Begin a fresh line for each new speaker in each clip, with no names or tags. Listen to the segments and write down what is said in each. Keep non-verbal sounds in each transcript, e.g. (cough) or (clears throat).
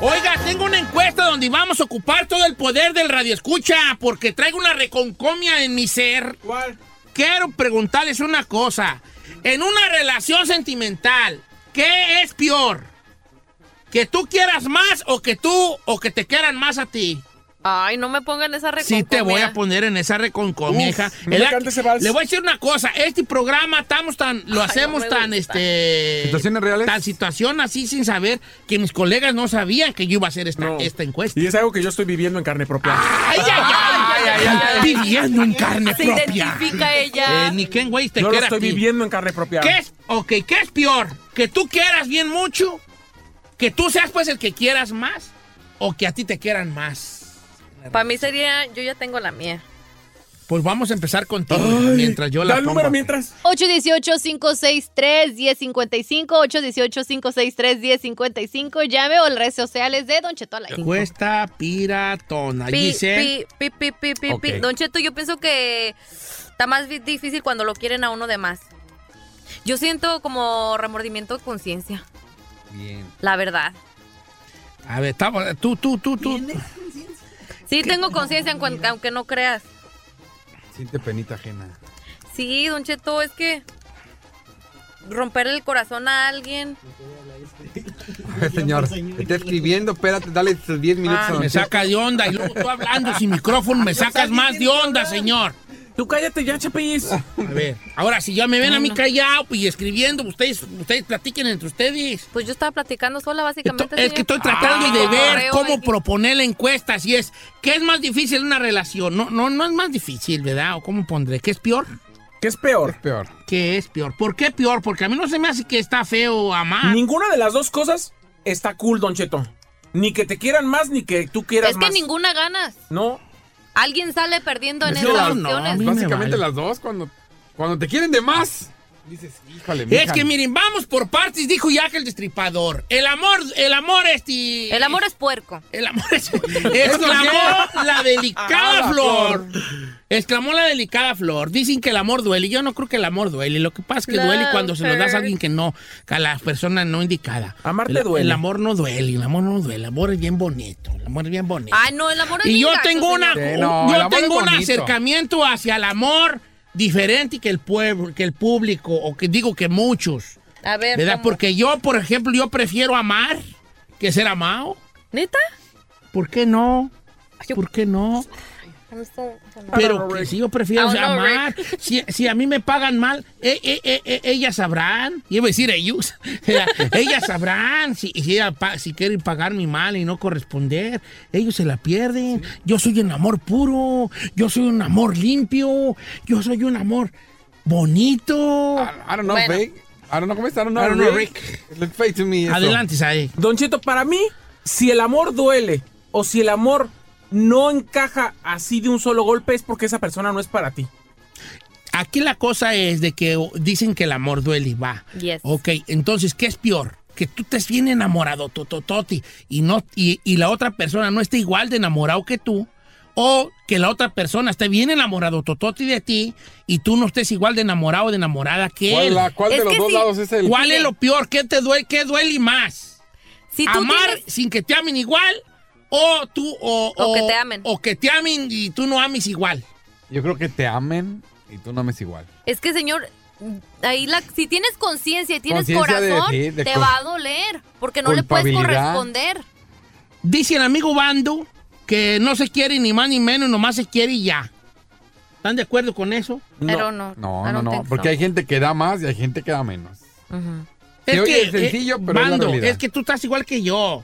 Oiga, tengo una encuesta donde vamos a ocupar todo el poder del radio escucha porque traigo una reconcomia en mi ser.
¿Cuál?
Quiero preguntarles una cosa. En una relación sentimental, ¿qué es peor? ¿Que tú quieras más o que tú o que te quieran más a ti?
Ay, no me pongan esa reconcomia.
Sí te voy a poner en esa reconcomia,
Uf,
hija.
mira
Era
que antes se vals.
Le voy a decir una cosa, este programa estamos tan, lo
Ay,
hacemos
no me
tan,
gusta.
este...
¿Situaciones reales?
Tan situación así sin saber que mis colegas no sabían que yo iba a hacer esta,
No.
esta encuesta. Ah,
Y es algo que yo estoy viviendo en carne propia.
¡Ay, ay, ay! ay, ay, ay, Viviendo en carne
(laughs) Se
propia.
identifica ella. (laughs)
Eh, ni Ken Weiss te
Yo lo
quiera
estoy
a ti.
viviendo en carne propia.
¿Qué es, ok, ¿qué es peor? ¿Que tú quieras bien mucho? ¿Que tú seas pues el que quieras más? ¿O que a ti te quieran más?
Para mí sería, yo ya tengo la mía.
Pues vamos a empezar contigo
Ay,
mientras yo la
Da el
pongo.
número mientras.
818-563-1055, 818-563-1055, llame o las redes sociales de Don Cheto al aire.
Cuesta piratona.
Pi,
Giselle,
pi, pi, pi, pi, pi,
Ok.
pi. Don Cheto, yo pienso que está más vi- difícil cuando lo quieren a uno de más. Yo siento como remordimiento de conciencia,
Bien.
la verdad.
a ver, estamos, tú, tú, tú, tú.
Sí, tengo conciencia, en cuan- aunque no creas.
Siente penita ajena.
Sí, Don Cheto, es que romper el corazón a alguien.
Ay, señor, está escribiendo, espérate, dale sus 10 minutos.
Ah,
a don
Me
Cheto.
saca de onda y luego tú hablando sin micrófono me sacas más de onda, señor.
Tú cállate ya, Chapis.
A ver, ahora si ya me ven a mí callado pues, y escribiendo, ustedes, ustedes platiquen entre ustedes.
Pues yo estaba platicando sola,
Esto-
básicamente.
es que estoy
señor.
tratando de
Ah,
ver
correo
cómo
de-
proponer la encuesta, si es, ¿qué es más difícil una relación? No, no, no es más difícil, ¿verdad? ¿O cómo pondré? ¿Qué es peor?
¿Qué es peor?
Peor.
¿Qué es peor? ¿Por qué peor? Porque a mí no se me hace que está feo amar.
Ninguna de las dos cosas está cool, Don Cheto. Ni que te quieran más, ni que tú quieras
Es que
más.
ninguna ganas.
No.
Alguien sale perdiendo en
Pues Yo
esas
no,
opciones.
mí me
Básicamente
vale.
las dos, cuando, cuando te quieren de más, dices, híjole,
Es
mija.
que miren, vamos por partes, dijo Jack el destripador. El amor, el amor este...
El amor es puerco.
El amor
(laughs)
es... Exclamó la delicada
Ah, la
flor. Exclamó la delicada flor. Dicen que el amor duele. Yo no creo que el amor duele. Lo que pasa es que duele
Love
cuando se lo das a
hurts.
alguien que no, a la persona no indicada.
Amarte
El-
duele.
El amor no duele, el amor no duele. El amor es bien bonito. El amor es bien bonito.
Ay, no, el amor es
y
bien
yo
gacho,
tengo una,
señor.
Sí, no, el
yo
amor es
tengo un
bonito.
acercamiento hacia el amor diferente que el pueblo, que el público, o que digo que muchos.
A ver.
¿Verdad?
¿cómo?
Porque yo, por ejemplo, yo prefiero amar que ser amado.
¿Neta?
¿Por qué no?
yo-
¿Por qué no?
No, esto- o sea, no.
Pero que si yo prefiero
I don't know,
amar, si, si a mí me pagan mal, eh, eh, eh, eh, ellas sabrán, y iba a decir ellos, (laughs) ellas sabrán si, si, ella pa- si quieren pagar mi mal y no corresponder, ellos se la pierden. Yo soy un amor puro, yo soy un amor limpio, yo soy un amor bonito.
I, I don't know,
Bueno.
Rick. I don't know, ¿cómo está? I don't know,
I don't know,
Rick. Look fake to me. eso.
Adelante, Sae.
Don Cheto, para mí, si el amor duele o si el amor no encaja así de un solo golpe, es porque esa persona no es para ti.
Aquí la cosa es de que o, dicen que el amor duele y va.
Yes.
Ok, entonces, ¿qué es peor? Que tú estés bien enamorado, totototi, y, no, y, y la otra persona no esté igual de enamorado que tú, o que la otra persona esté bien enamorado, tototi, de ti, y tú no estés igual de enamorado o de enamorada que
¿Cuál,
él.
la- cuál
Es
de los
que
dos
sí.
lados es el
¿Cuál es lo peor? ¿Qué te duele, qué duele más?
Si tú
¿Amar
tienes-
sin que te amen igual? O tú, o,
O que te amen.
O que te amen y tú no ames igual.
Yo creo que te amen y tú no ames igual.
Es que, señor, ahí la... si tienes conciencia y tienes
Conciencia de-
corazón,
sí, de
te
cul-
va a doler. Porque no le puedes
culpabilidad.
corresponder.
Dice el amigo Bando que no se quiere ni más ni menos, nomás se quiere y ya. ¿Están de acuerdo con eso?
Pero no.
No,
I don't
no, no.
think
Porque
so.
hay gente que da más y hay gente que da menos.
Ujú.
Se oye sencillo, pero es la
eh, Bando,
realidad.
es que tú estás igual que yo.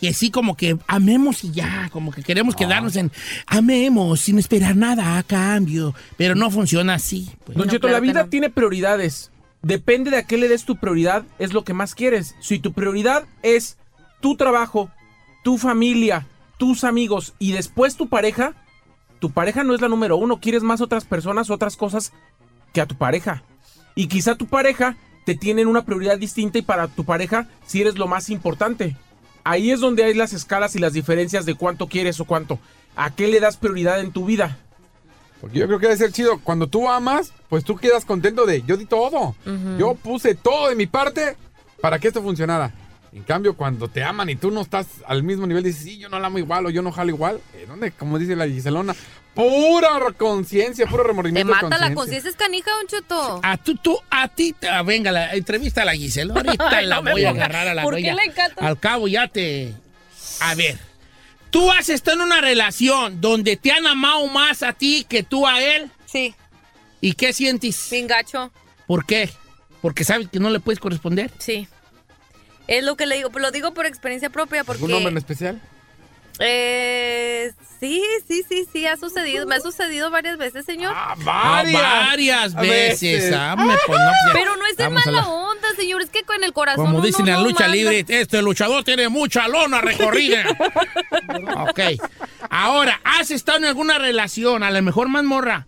que sí como que amemos y ya, como que
Ah.
queremos quedarnos en amemos sin esperar nada a cambio, pero no funciona así. pues.
Don
No,
Cheto,
claro
la
que
vida
no.
tiene prioridades. Depende de a qué le des tu prioridad, es lo que más quieres. Si tu prioridad es tu trabajo, tu familia, tus amigos y después tu pareja, tu pareja no es la número uno. Quieres más otras personas, otras cosas que a tu pareja. Y quizá tu pareja te tienen una prioridad distinta y para tu pareja si eres lo más importante. Ahí es donde hay las escalas y las diferencias de cuánto quieres o cuánto. ¿A qué le das prioridad en tu vida?
Porque yo creo que debe ser chido. Cuando tú amas, pues tú quedas contento de yo di todo. Yo puse todo de mi parte para que esto funcionara. En cambio, cuando te aman y tú no estás al mismo nivel, dices, sí, yo no la amo igual o yo no jalo igual. ¿eh, ¿Dónde? Como dice la Giselona, pura conciencia, puro
Te
remordimiento. de
mata la conciencia, es canija, Don Cheto.
A tú, tú, a ti, te- ah, venga, la entrevista a la Gisela. Ahorita
(laughs) Ay,
la
no me
voy a
ponga.
agarrar a la
¿Por qué
huella.
le encanta?
Al cabo ya te... A ver, tú has estado en una relación donde te han amado más a ti que tú a él.
Sí,
¿Y qué sientes?
sin gacho.
¿Por qué? Porque sabes que no le puedes corresponder.
Sí. Es lo que le digo, lo digo por experiencia propia
Pues
¿Un nombre en
porque
especial?
eh, sí, sí, sí, sí ha sucedido, me ha sucedido varias veces, señor.
Ah,
Ah,
varias.
varias veces.
veces.
ah, me- pues no, pues
(laughs)
ya.
Pero no es de
Vamos a
mala
la-
onda, señor, es que con el corazón
Como
uno
dicen en
no
la lucha
manda.
libre, este luchador tiene mucha lona
(laughs)
recorrida. ok. Ahora, ¿has estado en alguna relación, a lo mejor más morra,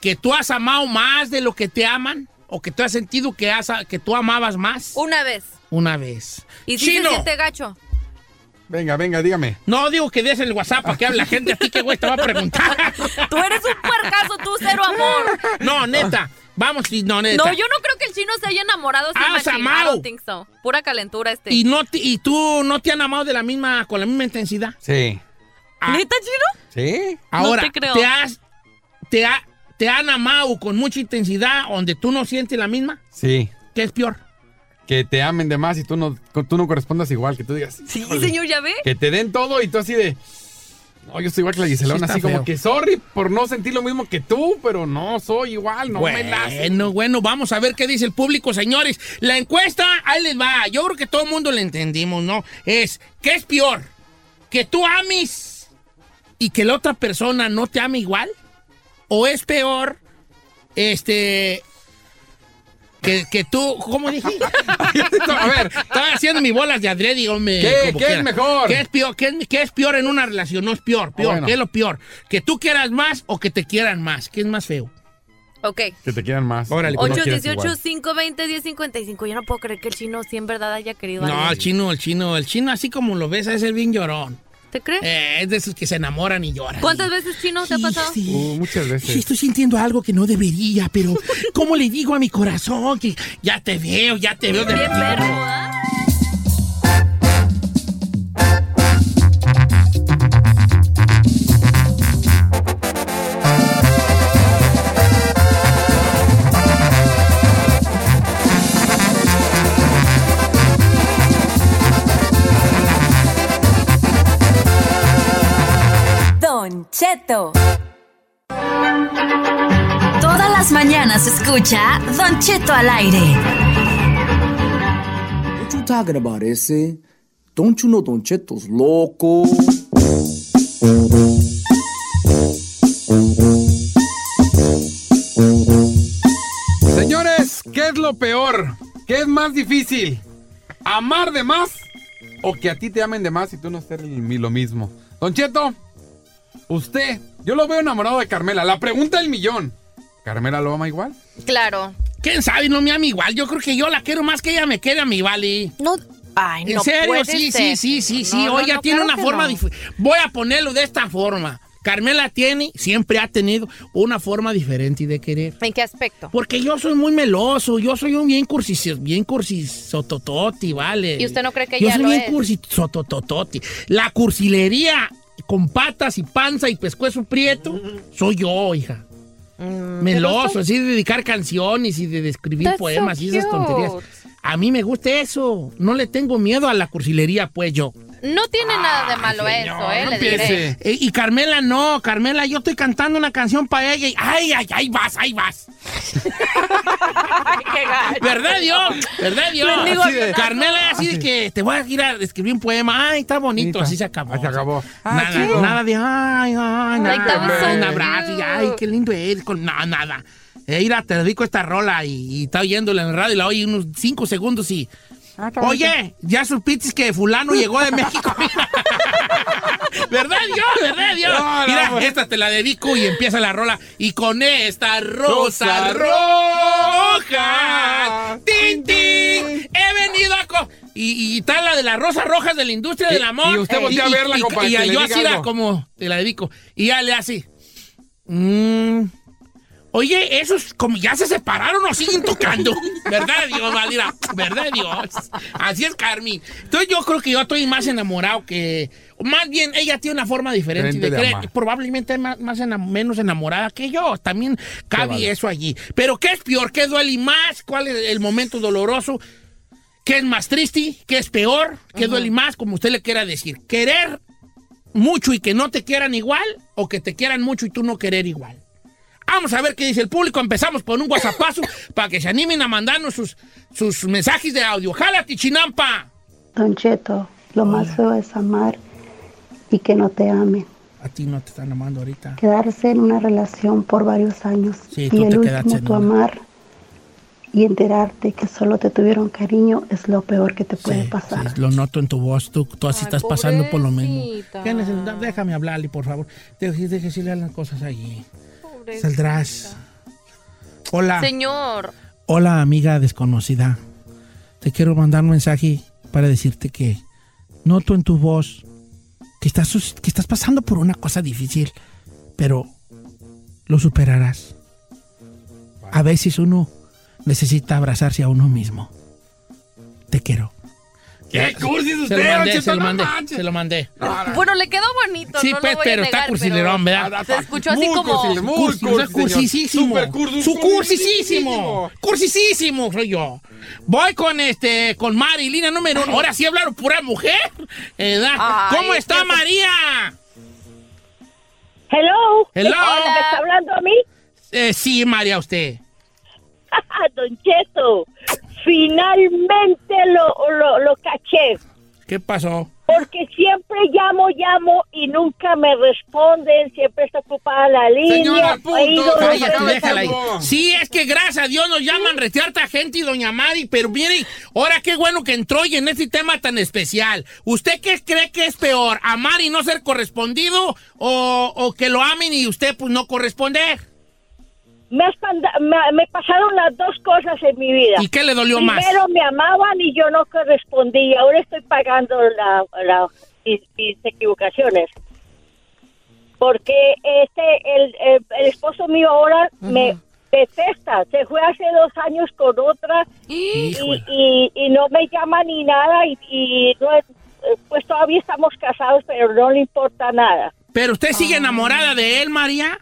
que tú has amado más de lo que te aman? ¿O que tú has sentido que, has, que tú amabas más?
Una vez.
Una vez.
Y sí se
¡Chino!
siente gacho.
Venga, venga, dígame.
No digo que des el WhatsApp para que hable la gente a ti que güey te va
(laughs)
a preguntar.
Tú eres un puercazo, tú cero
(laughs)
amor.
no, neta. Vamos, sí, no, neta.
No, yo no creo que el chino se haya enamorado.
Ah,
Ah,
Samao.
Pura calentura este.
Y, no te- y tú no te han amado de la misma, con la misma intensidad.
Sí.
Ah,
¿Neta, chino?
Sí.
Ahora,
te creo.
has, te, ha- te han amado con mucha intensidad donde tú no sientes la misma?
Sí.
¿Qué es peor?
Que te amen de más y tú no, tú no correspondas igual, que tú digas.
Sí,
"Híjole".
señor, ya ve.
Que te den todo y tú así de. No, yo estoy igual que la
Sí
Giselona,
está
así
feo.
como que sorry por no sentir lo mismo que tú, pero no soy igual, no me la (laughs) hacen.
bueno, bueno, vamos a ver qué dice el público, señores. La encuesta, ahí les va. Yo creo que todo el mundo la entendimos, ¿no? Es, ¿qué es peor? ¿Que tú ames y que la otra persona no te ame igual? ¿O es peor, este... Que, que tú, ¿cómo dije?
A ver,
Estaba haciendo mis bolas de adrede, hombre.
¿Qué?
como
¿Qué es
quiera.
mejor? Ah,
¿Qué es peor? ¿Qué es, qué es peor en una relación? No es peor, peor.
Bueno.
¿Qué es lo peor? ¿Que tú quieras más o que te quieran más? ¿Qué es más feo?
Ok.
que te quieran más.
Órale,
Que no
8,
quieras
18,
igual.
5, 20, 10, 55. Yo no puedo creer que el chino sí en verdad haya querido a
No, el
alguien.
chino, el chino, el chino, así como lo ves, es el bien llorón.
¿Te crees?
Eh, es de esos que se enamoran y lloran.
¿Cuántas veces chino te ha
Sí,
pasado?
sí.
Uh, muchas veces.
Sí, estoy sintiendo algo que no debería,
(laughs)
pero ¿cómo le digo a mi corazón que ya te veo, ya te veo? de-
Bien verbo, ¿ah?
Don Cheto. Todas las mañanas escucha Don Cheto al aire.
What you talking about, ese? Don't you know Don Cheto's loco?
(laughs) Señores, ¿qué es lo peor? ¿Qué es más difícil? ¿Amar de más? ¿O que a ti te amen de más y tú no ser ni lo mismo? Don Cheto, usted, yo lo veo enamorado de Carmela. La pregunta del millón. ¿Carmela lo ama igual?
Claro.
¿Quién sabe? No me ama igual. Yo creo que yo la quiero más que ella me quiere a mi Vali.
No. Ay,
En serio, sí, sí, sí, sí, sí. Oiga, tiene una forma dif- Voy a ponerlo de esta forma. Carmela tiene, siempre ha tenido una forma diferente de querer.
¿En qué aspecto?
Porque yo soy muy meloso, yo soy un bien cursis, bien cursisotototi, ¿vale?
¿Y usted no cree que
yo
ella
soy
lo
bien
es?
cursisotototi. La cursilería con patas y panza y pescuezo prieto, soy yo, hija. Meloso, así de dedicar canciones y de describir
Mm, That's so
poemas y esas
cute.
tonterías. A mí me gusta eso. No le tengo miedo a la cursilería, pues yo.
No tiene nada de malo eso,
señor,
¿eh?
no
Le diré.
empiece.
Eh, y Carmela no, Carmela, yo estoy cantando una canción para ella y ay, ay, ahí vas, ahí vas.
Qué gacho.
¿Verdad, Dios? ¿Verdad, Dios?
Bendigo
Así de-
Dios.
Carmela, así de que te voy a ir a escribir un poema. Ay, está bonito.
Bonito.
Así se acabó.
Ahí se acabó. Ah,
Nada,
chido.
nada de ay, ay,
Ay,
nada.
that was so
un abrazo y ay, qué lindo es. Con, no, nada. Eh, mira, te dedico esta rola y, y está oyéndola en el radio y la oye unos cinco segundos y.
Ah,
Oye, ya supiste que fulano llegó de México.
(laughs)
¿Verdad Dios? ¿Verdad Dios?
No, no,
Mira,
pues.
esta te la dedico y empieza la rola. Y con esta rosa
Rosa
roja,
roja,
tin, tin, he venido a... co- y, y tal la de las rosas rojas de la industria
Y-
del amor. Eh,
y usted voltea a verla,
y-
compadre,
y-
que
y
le
yo
diga
así la,
algo.
como, te la dedico. Y ya le hace... mm, Oye, esos como ya se separaron o siguen tocando. ¿Verdad, Dios, Valira? "Ah, ¿Verdad, Dios? Así es, Carmen. Entonces yo creo que yo estoy más enamorado que... o Más bien, ella tiene una forma diferente de,
Diferente de
creer.
amar.
Probablemente más, más ena- menos enamorada que yo. También cabe
vale.
eso allí. Pero ¿qué es peor? ¿Qué duele más? ¿Cuál es el momento doloroso? ¿Qué es más triste? ¿Qué es peor? ¿Qué duele más? Como usted le quiera decir. ¿Querer mucho y que no te quieran igual? ¿O que te quieran mucho y tú no querer igual? Vamos a ver qué dice el público. Empezamos por un (coughs) WhatsAppazo para que se animen a mandarnos sus, sus mensajes de audio. ¡Jálate, chinampa!
Don Cheto, lo más feo es amar y que no te amen.
A ti no te están amando ahorita.
Quedarse en una relación por varios años
Sí, tú
y
te
el
quedaste
último
en
tu
una.
amar y enterarte que solo te tuvieron cariño es lo peor que te puede
Sí,
pasar.
sí, lo noto en tu voz. Tú, tú así
Ay,
estás pasando por lo mismo.
pobrecita.
¿Qué necesidad? Déjame hablarle, por favor. Deje, deje decirle las cosas allí. Saldrás. Hola.
Señor.
Hola, amiga desconocida. Te quiero mandar un mensaje para decirte que noto en tu voz que estás, sus- que estás pasando por una cosa difícil, pero lo superarás. A veces uno necesita abrazarse a uno mismo. Te quiero.
¿Qué cursis
Se
usted,
lo
Don
mandé,
Cheto?
se lo
No
mandé,
manches.
se lo mandé.
Bueno, le quedó bonito.
Sí,
no lo
pues,
voy a
pero está
negar,
cursilerón,
pero
¿verdad?
Se escuchó así
Muy
como.
cursi, muy
Cursi, o sea,
cursi, señor.
cursisísimo.
Super cursis,
Su cursisísimo. Cursisísimo soy yo. Voy con este, con Marilina número uno. Ahora sí hablaron pura mujer. ¿verdad?
Ay,
¿Cómo está
qué-
María?
Hello,
Hello.
¿me está hablando a mí? (laughs)
Eh, sí, María, usted.
Ah, Don Cheto, finalmente lo, lo, lo caché.
¿Qué pasó?
Porque siempre llamo, llamo y nunca me responden, siempre está ocupada la
Señora,
línea.
punto,
ahí no
Pero
Cállate,
no,
resuelve.
déjala ahí.
no.
Sí, es que gracias a Dios nos llaman retearta gente y doña Mari, pero mire, ahora qué bueno que entró y en este tema tan especial. ¿Usted qué cree que es peor, amar y no ser correspondido o, o que lo amen y usted pues no corresponder?
me, has panda- me- me pasaron las dos cosas en mi vida.
¿Y qué le dolió más?
Primero me amaban y yo no correspondí. Ahora estoy pagando la- la- mis, mis equivocaciones. Porque este el, el- el esposo mío ahora me detesta. Se fue hace dos años con otra y,
Híjole.
y- y no me llama ni nada. Y, y no es- pues todavía estamos casados, pero no le importa nada.
¿Pero usted sigue enamorada de él, María?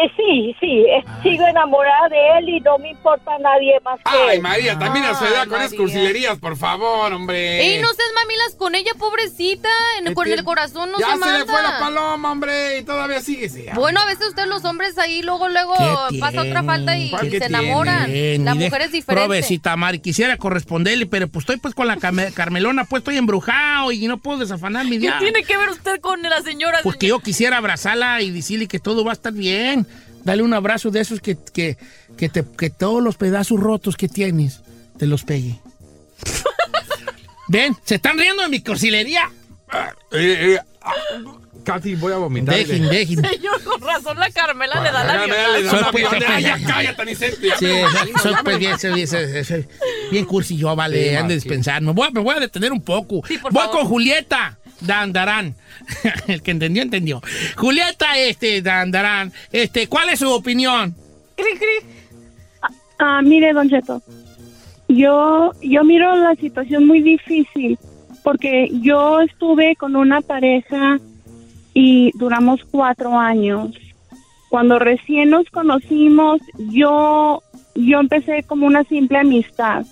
Eh, sí, sí, eh, sigo enamorada de él y no me importa nadie más que
Ay,
él.
María, también a su edad con esas
María.
cursilerías, por favor, hombre.
Ey, no seas mamilas con ella, pobrecita.
Este,
En, con el corazón no
ya
se
se, le
manda.
fue la paloma, hombre, y todavía sigue. sí.
Bueno, a veces ustedes los hombres ahí luego, luego
¿Qué
pasa otra
tiene?
falta y
¿Cuál que
se enamoran.
Bien,
la
y de-
mujer es diferente.
Provecita, Mari, quisiera corresponderle, pero pues estoy pues con la Carme- Carmelona, pues estoy embrujado y no puedo desafanar mi
¿Qué
día.
tiene que ver usted con la señora?
Porque
señor?
yo quisiera abrazarla y decirle que todo va a estar bien. Dale un abrazo de esos que, que, que, te- que todos los pedazos rotos que tienes te
(laughs)
los pegue. Ven, se están riendo de mi cursilería.
Eh, eh, ah, casi voy a vomitar.
Dejen, dejen.
(laughs) Señor, con razón la Carmela le da la
Hágame, le
violada.
da
Soy
una
pues-
piñonera. Ay, ya cállate, ni sé, ya.
Sí, soy pues, bien, soy- soy- soy bien cursi yo, vale,
Sí,
han de
Marquín.
dispensar. Me voy, a- me voy a detener un poco.
Sí, por
voy
favor.
con Julieta Dandarán. (laughs) El que entendió, entendió. Julieta, este, Dandarán, este, ¿cuál es su opinión?
Cri, cri.
Ah, mire, don Cheto, yo, yo miro la situación muy difícil porque yo estuve con una pareja y duramos cuatro años. Cuando recién nos conocimos, yo, yo empecé como una simple amistad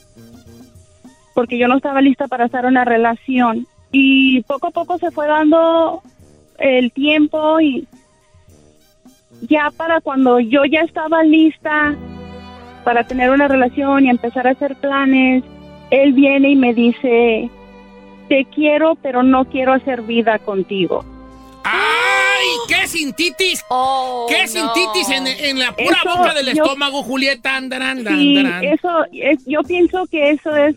porque yo no estaba lista para estar en una relación y poco a poco se fue dando el tiempo y ya para cuando yo ya estaba lista para tener una relación y empezar a hacer planes, él viene y me dice, te quiero, pero no quiero hacer vida contigo.
¡Ay! ¡Qué sintitis!
Oh,
¡Qué
no.
sintitis en, en la pura
Eso,
boca del
yo-
estómago, Julieta! Andarán,
Sí, eso es, yo pienso que eso es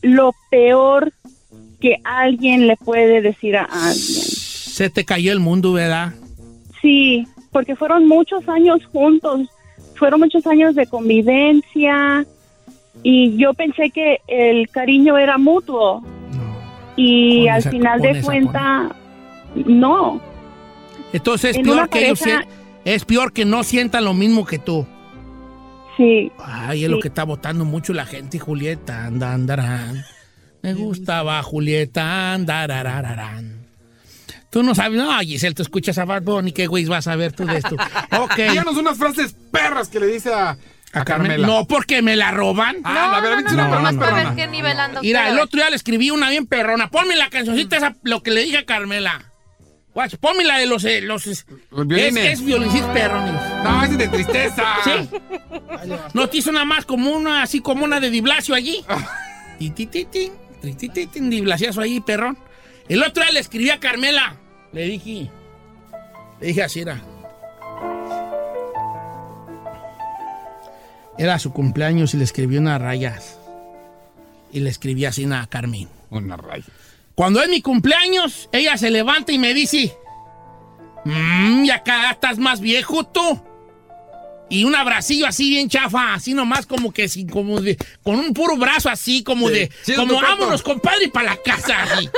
lo peor que alguien le puede decir a alguien.
Se te cayó el mundo, ¿verdad?
Sí, porque fueron muchos años juntos, fueron muchos años de convivencia y yo pensé que el cariño era mutuo y
Con
al
esa-
final
con
de
esa
cuenta no.
Entonces es
En
peor
una
que ellos
pareja-
sien- es peor que no sientan lo mismo que tú.
Sí,
Ay, es
Sí.
lo que está votando mucho la gente, Julieta. Anda, andarán. Me gustaba Julieta, andarararán. Tú no sabes, no, Giselle, tú escuchas a Bad Bunny, qué güey vas a ver tú de
(laughs)
esto. Ok.
Díganos unas frases perras que le dice a, a Carmela.
No, porque me la roban.
Ah, a ver,
no,
avíntese
no, no,
una perra,
nomás
una
para
perra.
ver qué nivel ando.
Mira,
quiero
el
ver.
otro día le escribí una bien perrona. Ponme la cancioncita esa, lo que le dije a Carmela. Guacho, ponme la de los... eh, los, es,
Los violines.
Es, es violincito perrones.
No, ese es de tristeza.
¿Sí? ¿No te hizo una más como una, así como una de Diblacio allí? Titititín, titititín, Diblaciazo allí, perrón. El otro día le escribí a Carmela. Le dije, le dije así era. Era su cumpleaños y le escribí unas rayas. Y le escribí así a Carmen.
Una raya.
Cuando es mi cumpleaños, ella se levanta y me dice, mmm, y acá estás más viejo tú. Y un abracillo así bien chafa, así nomás como que sin, como de, con un puro brazo así, como
Sí,
de,
sí,
como
doctor.
vámonos compadre para la casa. así.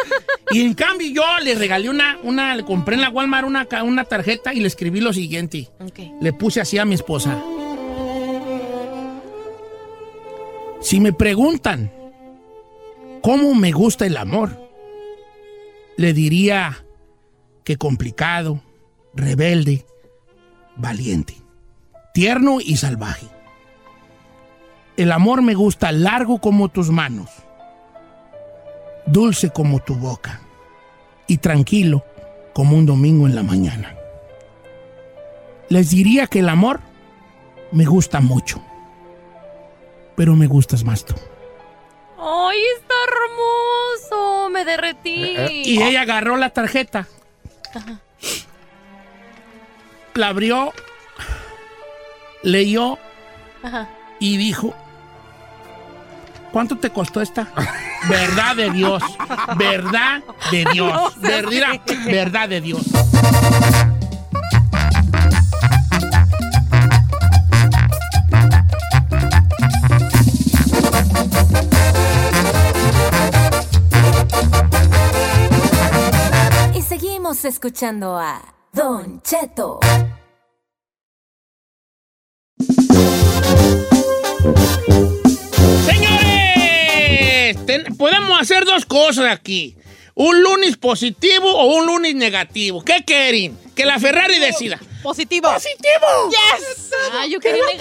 y en cambio yo le regalé una, una, le compré en la Walmart una, ca- una tarjeta y le escribí lo siguiente.
Ok.
Le puse así a mi esposa. Si me preguntan cómo me gusta el amor, le diría que complicado, rebelde, valiente, tierno y salvaje. El amor me gusta largo como tus manos, dulce como tu boca y tranquilo como un domingo en la mañana les diría que el amor me gusta mucho. Pero me gustas más tú.
Ay, está hermoso. Me derretí.
eh, Y ella agarró la tarjeta. La abrió, leyó
Ajá.
y dijo, ¿cuánto te costó esta? verdad de Dios, verdad de Dios, verdad, verdad de Dios.
Y seguimos escuchando a Don Cheto.
Señores, ten- podemos hacer dos cosas aquí. Un lunes positivo o un lunes negativo. ¿Qué quieren? Que la Ferrari decida.
Positivo.
¡Positivo!
Ah, yo quería
Ay,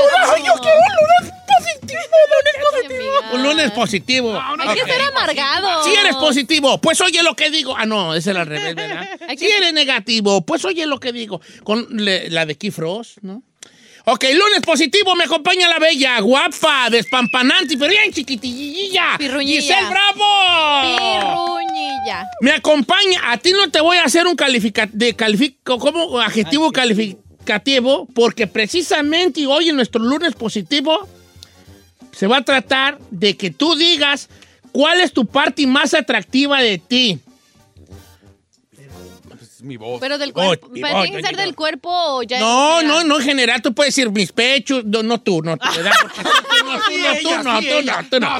yo quiero un lunes positivo, un lunes positivo.
amiga.
Un lunes positivo.
Hay que
Ok.
ser amargado.
Si eres positivo, pues oye lo que digo. Ah, no, es el al revés, ¿verdad?
(laughs) Hay
Si
que-
eres negativo, pues oye lo que digo. Con le- la de Keith Frost, ¿no? Ok, lunes positivo, me acompaña la bella, guapa, despampanante, pero bien chiquitillilla.
Pirruñilla.
Giselle Bravo.
Pirruñilla.
Me acompaña, a ti no te voy a hacer un califica- de califico, como adjetivo calificativo, porque precisamente hoy en nuestro lunes positivo se va a tratar de que tú digas cuál es tu parte más atractiva de ti.
Es mi voz.
Pero del
Voy,
cuerpo.
voy,
pero ¿Tiene
voy,
que ser
voy.
del cuerpo o ya?
No,
es-
no, no, en general tú puedes decir mis pechos, no, no tú,
(laughs)
no tú, ¿verdad? Porque tú no, tú no, tú no, tú no, tú no.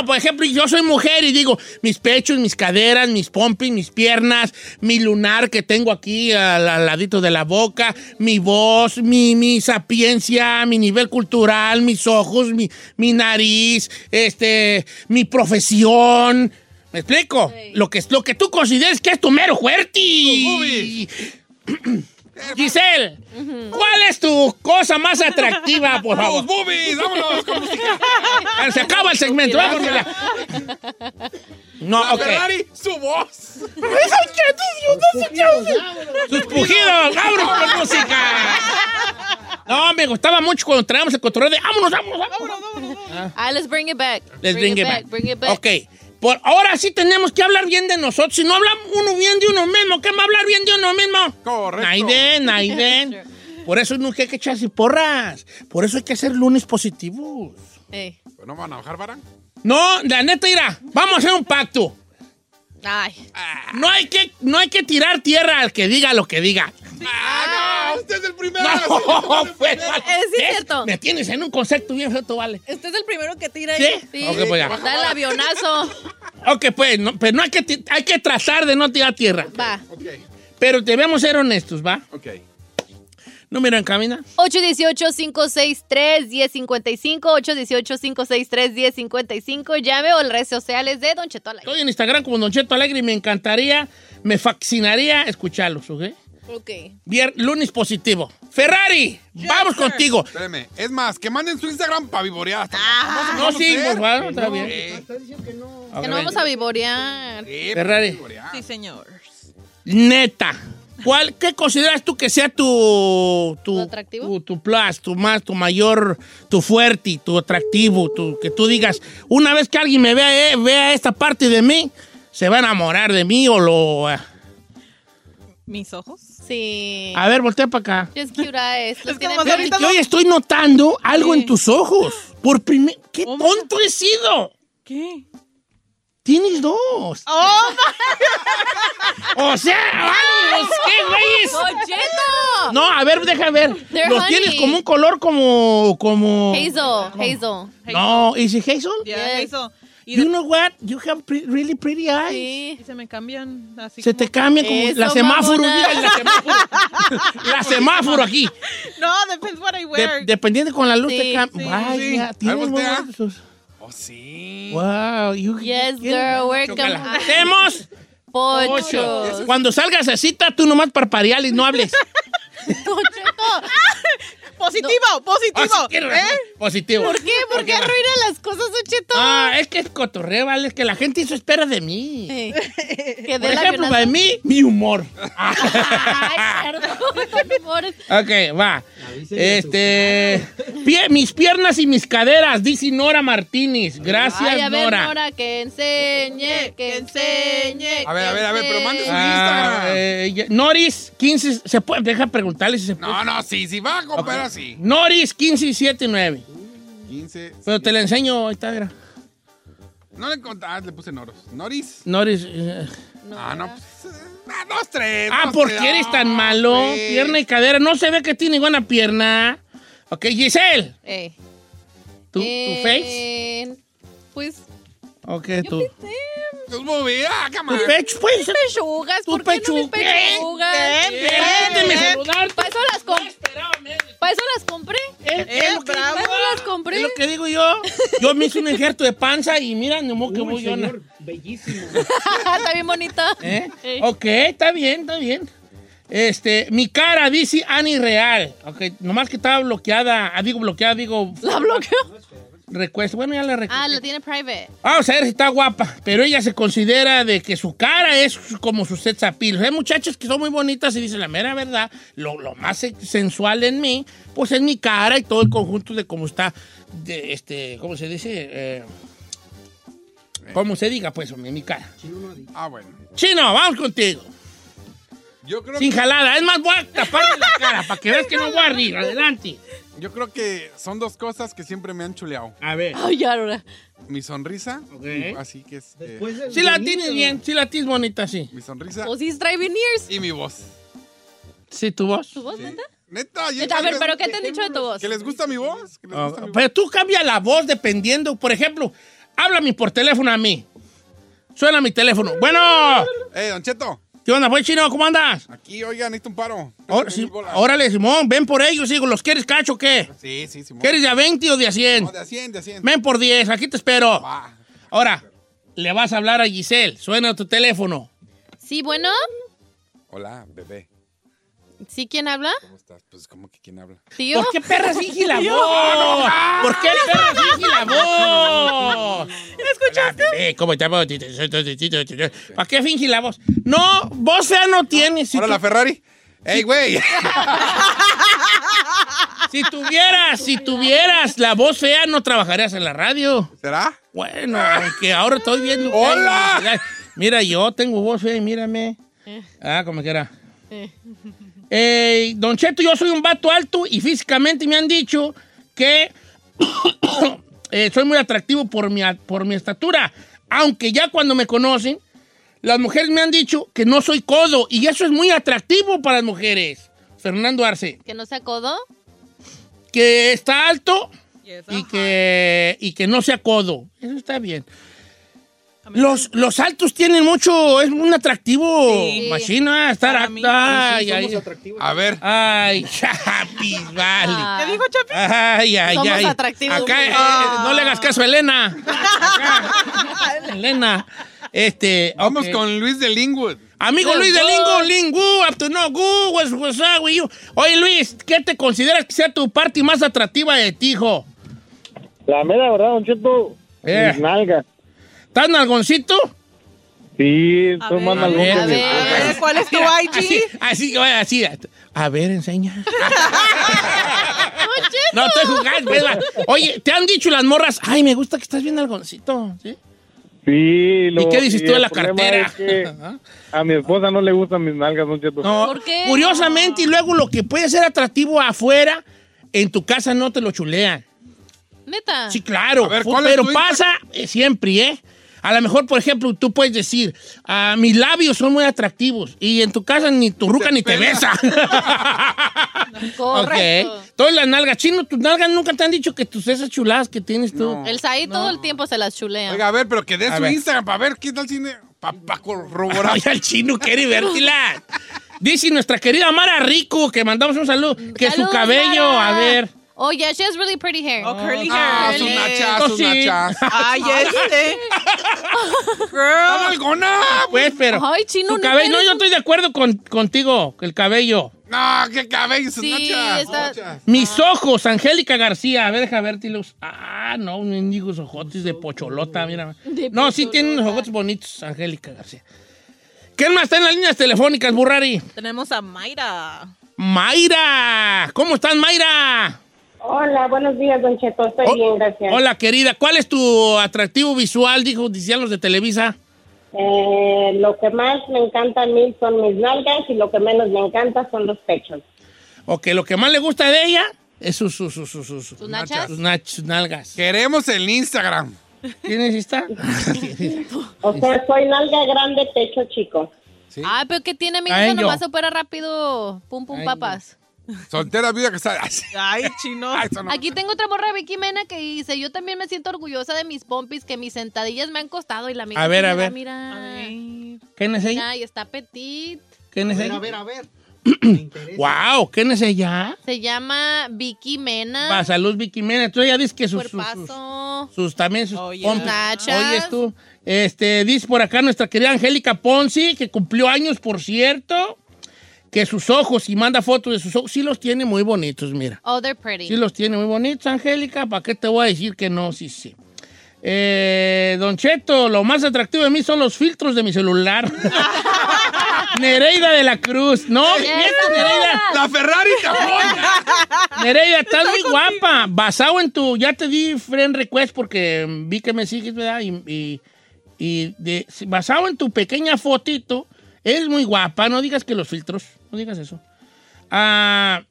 No, por ejemplo, yo soy mujer y digo mis pechos, mis caderas, mis pompis, mis piernas, mi lunar que tengo aquí al, al ladito de la boca, mi voz, mi, mi sapiencia, mi nivel cultural, mis ojos, mi, mi nariz, este, mi profesión. ¿Me explico? Lo, que, lo que tú consideres que es tu mero fuerte. Giselle, ¿cuál es tu cosa más atractiva, por favor?
(laughs) ¡Vamos, boobies! ¡Vámonos con música!
Ah, Se acaba el segmento, vámonos. No, ok.
Ferrari, su voz.
Sus pujidos, vámonos con música. No, me gustaba mucho cuando traíamos el cotorreo de vámonos, vámonos, vámonos.
Ah, let's bring it back.
Les bring, it back.
Bring it back.
Ok. Por ahora sí tenemos que hablar bien de nosotros. Si no hablamos uno bien de uno mismo, ¿qué va a hablar bien de uno mismo?
Correcto.
Naiden,
(laughs)
Naiden. Por eso no hay que echarse porras. Por eso hay que hacer lunes positivos.
Ey.
¿No van a bajar, Barán?
No, la neta irá. Vamos a hacer un pacto. Ah,
Ay.
No hay que, no hay que tirar tierra al que diga lo que diga.
¡Ah, no! ¡Usted es el primero!
(laughs) No, pues, vale.
sí,
¿Ves?
cierto.
Me tienes en un concepto bien roto, vale.
Este es el primero que tira.
¿Sí?
ahí.
Ok, pues
(laughs)
ya. (laughs)
Da el avionazo.
Ok, pues, no, pero no hay que, ti- hay que tratar de no tirar tierra.
Va.
Pero debemos ser honestos, ¿va?
Ok.
Número en camina.
818-563-1055. 818-563-1055. Llame o las redes sociales de Don Cheto al aire.
Estoy en Instagram como Don Cheto Alegre y me encantaría, me fascinaría escucharlos, ¿ok?
Ok.
Vier- lunes positivo. Ferrari, vamos contigo.
Espérame. Es más, que manden su Instagram para vivorear. hasta-
Ah.
Ah,
No,
vamos a
sí, pues,
hacer?
por favor, está bien. Ok,
Que no vamos a vivorear.
Sí,
Ferrari.
para vivorear.
Sí, señor.
Neta. ¿Cuál, ¿Qué consideras tú que sea tu, tu,
¿Tu atractivo?
tu, tu plus, tu más, tu mayor, tu fuerte, tu atractivo, tu, que tú digas, una vez que alguien me vea, eh, vea esta parte de mí, se va a enamorar de mí o lo... eh.
Mis ojos.
Sí.
A ver, voltea para acá.
Just cute (laughs) eyes. Los
que
tiene
nomás
bien-
Fíjate que hoy estoy notando algo en tus ojos. Por primer... ¡Qué
Oh, my
tonto he sido!
¿Qué?
Tienes dos.
¡Oh!
O sea, ¡ay, qué güeyes!
¡Don Cheto!
No, a ver, deja ver.
They're
Los
honey.
tienes como un color como... como...
(laughs) Hazel, Hazel.
No, ¿y si Hazel?
Ya,
Yes.
eso. Y,
You know what? You have pre- really pretty eyes.
y se me cambian así
Se
como-
te cambia como
Eso,
la semáforo.
mamona.
mira, la semáforo.
(laughs)
la semáforo aquí.
No, depends what I
De-
wear.
dependiendo con la luz te
Sí,
cambia.
sí,
Vaya,
sí.
tienes
Ahí
muy
voltea.
buenos ojos.
Oh, sí.
Wow. You,
Yes,
¿quién?
girl, we're
Chócala.
coming.
Hacemos
Pochos.
ocho. Cuando salgas a cita, tú nomás parpareales y no hables.
(laughs) Don Cheto,
Positivo,
Ah,
positivo.
sí, tienes razón.
¿Eh?
Positivo.
¿por qué? ¿Por qué arruina las cosas, Don Cheto?
Ah, es que es cotorreo, vale. Es que la gente eso espera de mí.
Eh, Que
Por
dé la
ejemplo,
avionazo.
para mí, mi humor.
(laughs) Ay, perdón, amores.
Ok, va. Este. pie- mis piernas y mis caderas, dice Nora Martínez. Gracias,
Ay, a ver,
Nora.
Nora. que enseñe, que enseñe.
A ver, a ver, a ver, pero mande su
Ah,
Instagram.
eh, ya- Noris 15. ¿se puede? Deja preguntarle si se puede.
No, no, sí, sí, va a comprar así.
Noris 15779.
15.
Pero te la enseño, ahí está, mira.
No le conté. Ah, le puse Noros. Noris.
Noris. eh.
Ah, no, pues. eh, ah, dos, tres.
Ah,
dos,
¿por
tres.
qué eres
Ah,
tan malo?
pues.
Pierna y cadera. No se ve que tiene buena pierna. Ok, Giselle.
Eh,
¿Tu, tu
eh,
face?
Pues,
Ok, tu,
Pues movida,
tu
cámara.
pecho, pues.
pechugas,
Tu
¿por qué no mis
pechuga.
pechugas?
Bien,
Eh,
Permíteme saludarte.
Para eso las
No
compré.
esperaba menos.
Para eso las compré.
Es- es lo que-
Para eso las compré.
Eh, Es lo
(laughs)
que digo yo. Yo me hice un injerto de panza y mira, no modo que voy yo. na-
Ah, Está bien bonita.
¿Eh?
Sí.
Ok, está bien, está bien. Este, mi cara dice Ani Real. Ok, nomás que estaba bloqueada. Ah, digo bloqueada, digo.
La bloqueó.
Request. Bueno, ya la requesté.
Ah, la tiene private.
Vamos a ver si está guapa, pero ella se considera de que su cara es como su sex appeal. Hay muchachas que son muy bonitas y dicen la mera verdad, lo, lo más se- sensual en mí, pues es mi cara y todo el conjunto de cómo está, de este, ¿cómo se dice? Eh, ¿Cómo se diga? Pues, hombre, mi cara.
Ah, bueno.
Chino, vamos contigo.
Yo creo,
Sin
que,
jalada. Es más, voy a taparle la cara para que veas que no voy a rir. Adelante.
yo creo que son dos cosas que siempre me han chuleado.
A ver.
Ay, ya, Nora.
Mi sonrisa.
Ok.
Así que es. eh,
Si la tienes bien, si la tienes bonita, sí.
mi
Ah.
sonrisa
O si Pues es driving ears.
y mi voz.
Sí, tu voz.
¿Tu voz, neta?
Neta, ya
A ver, ¿pero qué te han dicho de tu voz?
¿Que les gusta mi voz? ¿Que les
Ah,
gusta mi voz?
Pero tú cambias la voz dependiendo. Por ejemplo, háblame por teléfono a mí. Suena mi teléfono. Bueno,
Eh, Don Cheto,
¿qué onda? Buen chino, ¿cómo andas?
aquí, oigan, necesito un paro.
Ahora- sí, Órale, Simón, ven por ellos, digo, ¿los quieres cacho o qué?
Sí, sí, Simón.
¿Quieres de a 20 o de a 100?
No, de a 100, de a 100.
Ven por 10, aquí te espero.
Va.
Ahora, le vas a hablar a Giselle. Suena tu teléfono.
Sí, bueno.
Hola, bebé.
¿Sí quién habla?
¿Cómo estás? Pues, ¿cómo que quién habla?
¿Tío?
¿Por qué perra finge la voz? ¿Por qué perra finge la voz? escuchaste? eh, ¿Cómo te ¿Para qué finge la voz? No, voz fea no tienes. Si
Hola,
(laughs) tú-
la Ferrari. ¡Ey, güey!
Si tuvieras, si tuvieras la voz fea, no trabajarías en la radio.
¿Será?
Bueno, que ahora estoy viendo. que hay
¡Hola!
necesidad. Mira, yo tengo voz fea y mírame. Ah, como quiera. Ey, don Cheto, yo soy un vato alto y físicamente me han dicho que (coughs) eh, soy muy atractivo por mi, a- por mi estatura. Aunque ya cuando me conocen, las mujeres me han dicho que no soy codo y eso es muy atractivo para las mujeres. Fernando Arce,
¿Que no se acodó?
Ah, que está alto y que, y que no sea codo. Eso está bien. Los, los altos tienen mucho, es un atractivo,
Sí.
machina, ah, estar
Para mí,
alto. Ay, ay,
A ver.
Ah,
(laughs)
ay, chapis, vale.
¿Qué dijo, Chapi?
Ay, ay,
Somos
ay.
atractivos.
Acá, eh, eh,
Ah.
no le hagas caso
(laughs)
a Elena. Acá. Elena. Este,
Vamos
ok.
con Luis de Lingwood.
Amigo Luis de Lingo, Lingu, up to no gu, what's- what's up with you? Oye, Luis, ¿qué te consideras que sea tu parte más atractiva de ti, hijo?
La mera verdad, Don Cheto,
Eh.
mis nalgas.
¿Estás nalgoncito?
Sí,
A
tú
ver.
mandas
A ver,
algún
a
que-
ver.
Eh, ¿Cuál es tu
Mira, Así,
IG?
así, oye, así. A ver, enseña. No estoy jugando, pues, va. Oye, te han dicho las morras, ay, me gusta que estás bien nalgoncito, ¿sí?
Sí,
¿Y
lo-
qué dices
y
tú de
el
la
problema
cartera?
es
(laughs)
que a mi esposa no le gustan mis nalgas, Don Cheto.
No,
¿Por qué?
Curiosamente, y luego lo que puede ser atractivo afuera, en tu casa no te lo chulean.
¿Neta?
Sí, claro.
A ver,
fu-
¿cuál es
pero
tu Instagram?
pasa eh, siempre, ¿eh? A lo mejor, por ejemplo, tú puedes decir, ah, mis labios son muy atractivos y en tu casa ni tu ruca ni te
pela. (laughs)
besa.
Correcto.
Ok. Todas las nalgas. Chino, tus nalgas nunca te han dicho que tus esas chuladas que tienes tú.
No.
El Saí todo el tiempo se las chulea.
Oiga, a ver, pero que dé
A
su
ver.
Instagram para ver qué tal cine. Para
(laughs)
corroborar.
(laughs) Ay, al chino quiere vértila. Dice nuestra querida Mara Rico, que mandamos un saludo, que su
Saludos,
cabello,
Sara.
a ver.
Oh, yeah, she has really pretty hair.
Oh, curly
Ah,
hair.
sus
Dale.
nachas, sus
Oh, Sí.
nachas.
(laughs)
Ay, este.
¡Está
Girl.
nalgona!
Pues, pero.
Ay, chino,
tu
no
cabello. No,
puedes-
yo estoy de acuerdo con- contigo, el cabello.
No, qué cabello, sus
Sí,
nachas.
está-
nachas.
Mis
Ah.
ojos, Angélica García. A ver, deja vértilos. Ah, no, mendigos ojotes de pocholota, mira.
De
no, sí
pocholota.
tiene unos ojotes bonitos, Angélica García. ¿Quién más está en las líneas telefónicas, Burrari?
Tenemos a Mayra.
Mayra. ¿Cómo estás, Mayra?
Hola, buenos días, Don Cheto. Estoy
Oh,
bien, gracias.
Hola, querida. ¿Cuál es tu atractivo visual? Dijo, decían los de Televisa.
Eh, lo que más me encanta a mí son mis nalgas y lo que menos me encanta son los pechos.
O que lo que más le gusta de ella es sus, sus, sus, sus, sus,
¿Tus nachas?
sus nach- sus nalgas.
Queremos el Instagram.
¿Tienes esta?
O sea, soy nalga grande, techo chico.
Ah, pero ¿qué tiene, mi
Ay,
hija?
yo.
Nomás opera rápido. Pum, pum,
Ay,
papas.
Soltera viuda que está. (laughs) Ay, sí.
Ay, chino.
Ay, eso no.
Aquí tengo otra morra, Vicky Mena, que dice, yo también me siento orgullosa de mis pompis, que mis sentadillas me han costado y la amiga
A ver,
sí,
a
mira,
ver.
A
Mira,
ver.
¿Quién es ella?
mira, y está petit.
¿Quién es ella?
A ver, a
(clears throat)
ver. Me interesa.
Wow, ¿quién es ella?
Se llama Vicky Mena.
Para salud, Vicky Mena. Entonces ella dice que sus, sus, sus,
Cuerpazo.
sus- también sus
Oh, yeah.
pompis.
Nachas.
Oyes tú. Este, dice por acá nuestra querida Angélica Ponzi, que cumplió años, por cierto, que sus ojos, y manda fotos de sus ojos, sí los tiene muy bonitos, mira.
Oh, they're pretty.
Sí los tiene muy bonitos, Angélica. ¿Para qué te voy a decir que no? Sí, sí. Eh, don Cheto, lo más atractivo de mí son los filtros de mi celular. Nereida de la Cruz. No,
Esa
miento, Nereida.
La Ferrari
(laughs)
te apoya.
Nereida, estás muy guapa. Basado en tu. Ya te di friend request porque mm, vi que me sigues, ¿verdad? Y, y- y de- si- basado en tu pequeña fotito, eres muy guapa. No digas que los filtros. No digas eso. Ah.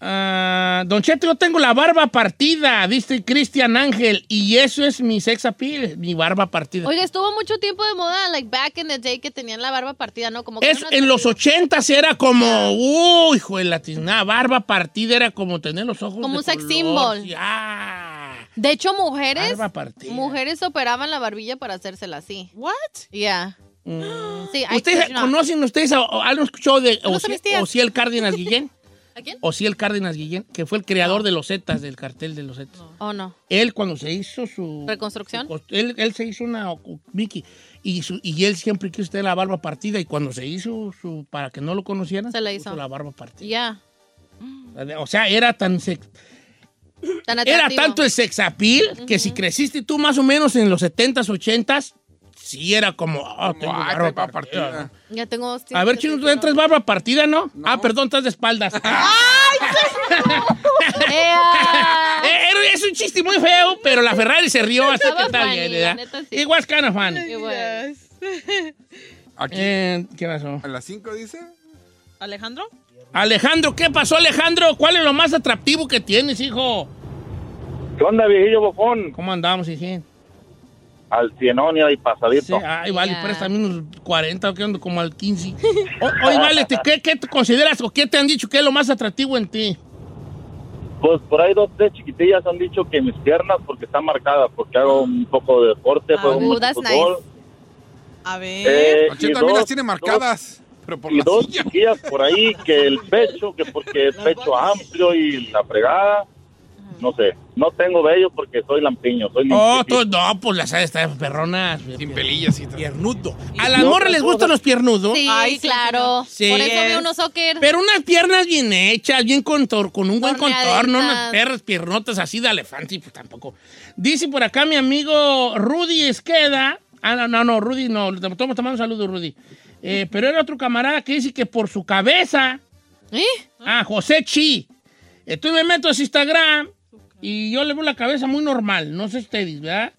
ah, don Cheto, yo tengo la barba partida, dice Cristian Ángel, y eso es mi sex appeal, mi barba partida.
Oiga, estuvo mucho tiempo de moda, like back in the day, que tenían la barba partida, ¿no? Como que
Es,
era una-
en los ochentas era como, uy, hijo de la tiznada, barba partida era como tener los ojos
Como
de
un sex
color,
symbol.
sí, ah.
De hecho, mujeres
Barba partida.
mujeres operaban la barbilla para hacérsela así.
What?
Yeah. (gasps) Sí, I
Mm. ¿Ustedes
kid you not.
conocen ustedes a- o- han escuchado de
Saludos a mis
Ociel
tías.
Ociel Cárdenas Guillén?
(laughs) ¿A quién?
Ociel Cárdenas Guillén, que fue el creador de los Zetas, del cartel de los Zetas.
Oh, no.
Él cuando se hizo su...
¿Reconstrucción?
su cost- él, él se hizo una o- Mickey y, su- y él siempre quiso tener la barba partida y cuando se hizo su... para que no lo conocieran,
Se la
puso
hizo.
la barba partida.
Yeah.
O sea, era tan sex-
Tan
era
atractivo.
tanto el sex appeal que si creciste tú más o menos en los 70s, 80s, sí era como... ah, tengo
Ay,
barba
barba
partida, ¿no?
partida.
Ya
(laughs)
tengo...
Eh, A ver, Chino, tú entras barba partida, ¿no? Ah, perdón, estás de espaldas. (laughs) chiste muy feo, pero la Ferrari se rió, así que
Estaba
está
funny,
bien,
la
¿verdad?
neta, sí.
Igual kind of funny.
It was.
Aquí.
Eh, ¿Qué pasó?
¿A las 5 dice?
¿Alejandro?
Alejandro, ¿qué pasó, Alejandro? ¿Cuál es lo más atractivo que tienes, hijo?
¿Qué onda, viejillo bofón?
¿Cómo andamos, hijín?
Al cienonio y
Sí,
pasadito.
ay, vale, préstame unos 40, que ando como al 15. O- Oye, vale, te- ¿qué, ¿qué te consideras o qué te han dicho que es lo más atractivo en ti?
Pues por ahí dos, tres chiquitillas han dicho que mis piernas porque están marcadas, porque hago un poco de deporte,
Ah,
juego mucho
that's
fútbol.
A ver.
Eh, y
Ochenta mil las
dos,
tiene
dos,
marcadas. pero por
y
la
dos chiquillas por ahí que el pecho, que porque el pecho amplio y la fregada, no sé. No tengo vello porque soy lampiño, soy
Oh,
limpiecito.
tú- no, pues las estas perronas. Sin
pelillas y
Piernudo. ¿A las
No,
morras les
no,
gustan
no.
los piernudos?
Sí, claro.
Sí.
Por eso veo unos soccer.
Pero unas piernas bien hechas, bien contor, con un buen
Torneaditas.
contorno, unas perras piernotas así de elefante, y pues tampoco. Dice por acá mi amigo Rudy Esqueda. Ah, no, no, no, Rudy no. Le Estamos tomando un saludo, Rudy. Eh, pero era otro camarada que dice que por su cabeza.
¿Eh?
Ah, José Chi. Entonces me meto a su Instagram y yo le veo la cabeza muy normal. No sé ustedes, ¿verdad?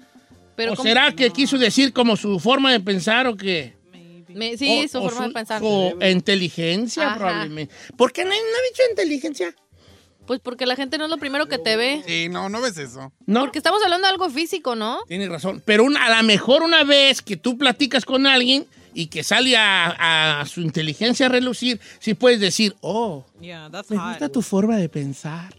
Pero
¿O
¿cómo?
será que quiso decir como su forma de pensar o qué?
Me- sí,
O-
su
o
forma de pensar.
O inteligencia,
Ajá.
probablemente. ¿Por qué no, no ha dicho inteligencia?
Pues porque la gente no es lo primero que te ve.
Sí, no, no ves eso.
No.
Porque estamos hablando de algo físico, ¿no?
Tienes razón. Pero una- a lo mejor una vez que tú platicas con alguien y que sale a, a su inteligencia a relucir, sí puedes decir, oh,
Yeah, that's
me
hot. Eh.
gusta tu forma de pensar.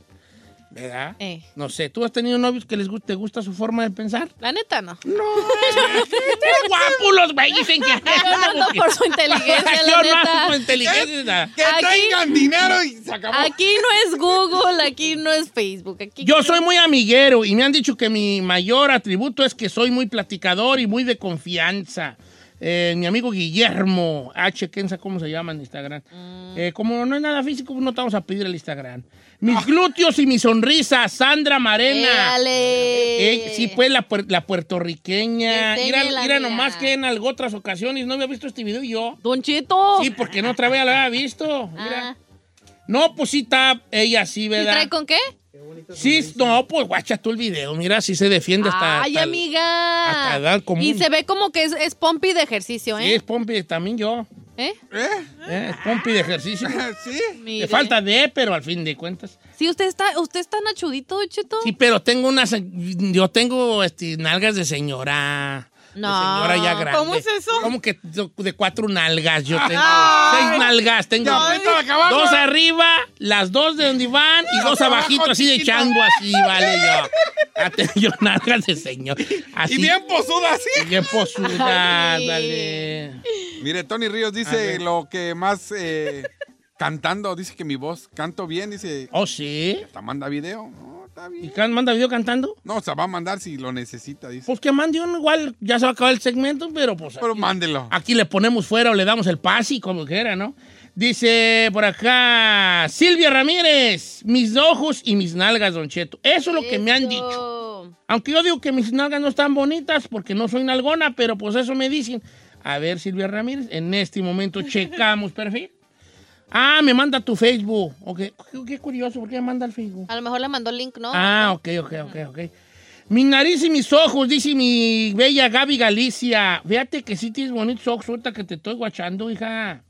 ¿Verdad? No sé, ¿tú has tenido novios que les gu- te gusta su forma de pensar?
La neta, no.
No. (laughs) ¡Qué guapo los güeyes dicen que
Yo no ando
(laughs)
por su inteligencia,
Yo
la
no ando
neta.
por inteligencia.
Que tengan dinero y se acabó.
Aquí no es Google, aquí no es Facebook. Aquí
Yo soy muy amiguero y me han dicho que mi mayor atributo es que soy muy platicador y muy de confianza. Eh, mi amigo Guillermo H. Kenza, ¿cómo se llama en Instagram? Eh, como no es nada físico, pues no te vamos a pedir el Instagram. Mis glúteos y mi sonrisa, Sandra Marena. Eh, sí, pues la, puer- la puertorriqueña. Mira,
Enséñela,
mira
mira.
nomás que en algo otras ocasiones no había visto este video yo.
Don Cheto.
Sí, porque no otra vez la había visto. Mira. No, pues sí está ella sí,
¿Y
¿verdad?
trae con qué?
Sí, no, pues guacha tú el video. Mira, si se defiende hasta.
Ay,
hasta-
amiga.
hasta edad común.
Y se ve como que es, es pompi de ejercicio,
Sí,
¿eh?
es pompi, también yo.
¿Eh?
Eh, es pompi de ejercicio.
(laughs) sí.
Le
Mire.
falta de, pero al fin de cuentas.
Sí, usted está, usted está nachudito, Don Cheto.
Sí, pero tengo unas. Yo tengo este, nalgas de señora.
no.
Señora ya grande.
¿Cómo es eso?
Como que de cuatro nalgas yo tengo.
Ay.
Seis nalgas tengo.
Ya, vete a la cabaña.
Dos arriba, las dos de donde van y dos
Hacia abajo,
abajito así de
chiquito.
chango así, vale yo. Ya tengo yo nalgas de señor. Así.
Y bien posuda, sí.
Y bien posuda,
Ay.
dale.
Mire, Tony Ríos
A
dice
ver.
lo que más eh, cantando, dice que mi voz canto bien, dice.
Oh, sí.
Hasta manda video. No, está
¿Y
bien.
can- manda video cantando?
No, o sea, va a mandar si lo necesita, dice.
Pues que mande uno, igual ya se va a acabar el segmento, pero pues.
Pero mándelo.
Aquí le ponemos fuera o le damos el pase, como quiera, ¿no? Dice por acá, Silvia Ramírez, mis ojos y mis nalgas, Don Cheto. Eso es lo que me han dicho.
dicho.
Aunque yo digo que mis nalgas no están bonitas porque no soy nalgona, pero pues eso me dicen. A ver, Silvia Ramírez, en este momento checamos perfil. Ah, me manda tu Facebook. Ok, Qué, qué curioso, ¿por qué me manda el Facebook?
A lo mejor le mandó el link, ¿no?
Ah, ok, ok, ok, ok. Mi nariz y mis ojos, dice mi bella Gaby Galicia. Fíjate que sí tienes bonitos ojos, suelta que te estoy guachando, hija.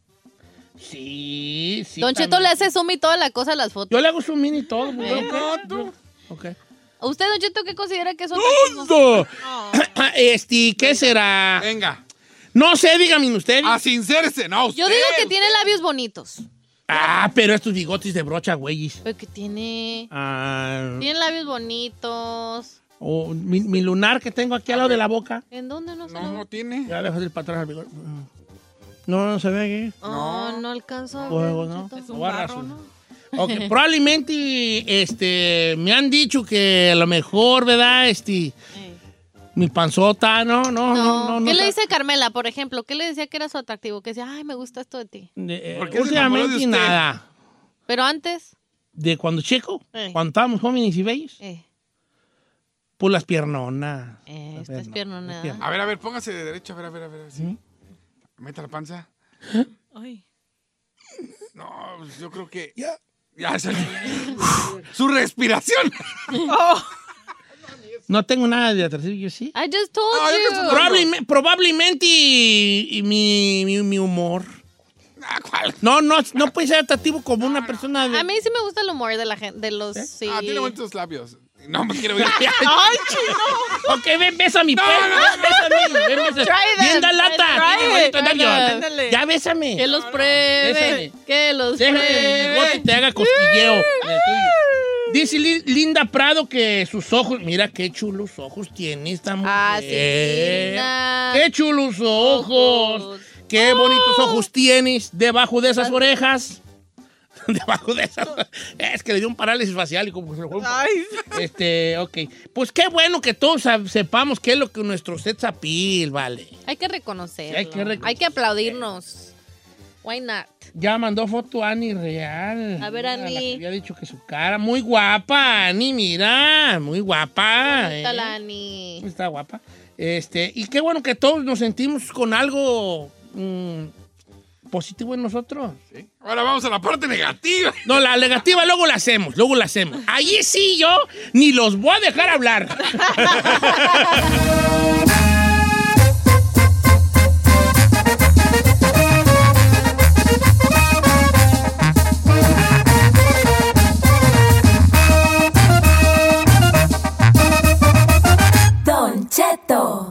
Sí, sí.
Don Cheto
también.
le hace zoom y toda la cosa a las fotos.
Yo le hago su mini todo. pues,
Eh.
¿no? Ok.
¿Usted, Don Cheto, qué considera que es
Todo. (coughs) Este, ¿qué será?
Venga.
No sé, díganme ustedes.
A sincerse, no. Usted.
Yo digo que tiene labios bonitos.
Ah, pero estos bigotes de brocha, güeyes.
Pero que tiene.
Ah,
Tiene labios bonitos.
o mi, mi lunar que tengo aquí al lado de la boca.
¿En dónde no se
No, no tiene.
Ya dejo ir para atrás al bigote. No, no se ve aquí.
Oh, no alcanzo a ver.
Juego,
Don
¿no?
Cheto.
Lo voy a razonar.
(laughs)
Ok, probablemente este, me han dicho que a lo mejor, ¿verdad? Este, mi panzota, no, no, no, no. no,
¿Qué
o
le
sea,
dice Carmela, por ejemplo? ¿Qué le decía que era su atractivo? Que decía, ay, me gusta esto de ti.
eh,
¿Por qué se enamoró
últimamente
de usted?
nada.
Pero antes,
De cuando checo,
Eh.
cuando estábamos jóvenes y bellos,
eh,
pues las piernonas.
eh,
Las
estás
piernas,
pierno
las
nada.
piernas.
A ver, a ver, póngase de derecho, a ver, a ver, a ver. Sí. Meta la panza.
Ay.
No, pues, yo creo (laughs) que. Ya. Ya, se- Su respiración.
Oh,
No tengo nada de atractivo, yo sí.
I just told
Ah, yo
you.
creo que probableme- probablemente y- y mi, mi- mi humor.
Ah,
No, no, no puede ser atractivo como una persona de... (laughs)
A mí sí me gusta el humor de la gente, de los... Sí.
Ah, tiene bonitos labios. No
(laughs)
me quiero
Ay, chino.
Ok, ven, bésame.
No,
ven,
no, no.
bésame, ven, bésame.
Try them,
Linda lata.
try
tiene
it,
bonito
try
labio.
them. Ándale.
Ya bésame.
Que los pruebe.
Bésame.
Que los
Deja que mi bigote
pruebe.
te haga costilleo. en el tuyo. Dice Li- Linda Prado que sus ojos, mira qué chulos ojos tiene esta mujer.
linda.
qué chulos ojos. Qué bonitos ojos tienes debajo de esas orejas. (laughs) debajo de esas. Es que le dio un parálisis facial y como que se lo Este, ok. Pues qué bueno que todos sab- sepamos qué es lo que nuestro set appeal, vale.
Hay que reconocerlo.
Hay que reconocer.
Hay que aplaudirnos.
(laughs)
Why not?
Ya mandó foto Ani Real.
A ver,
Mira, la
Ani.
que había dicho que su cara. Muy guapa, Ani, mira. Muy guapa.
Bonita
¿eh?
la Ani.
Está guapa. Este, y qué bueno que todos nos sentimos con algo mm, positivo en nosotros.
Ahora vamos a la parte negativa.
No, la negativa luego la hacemos, luego la hacemos. Allí sí yo ni los voy a dejar hablar.
Don Cheto.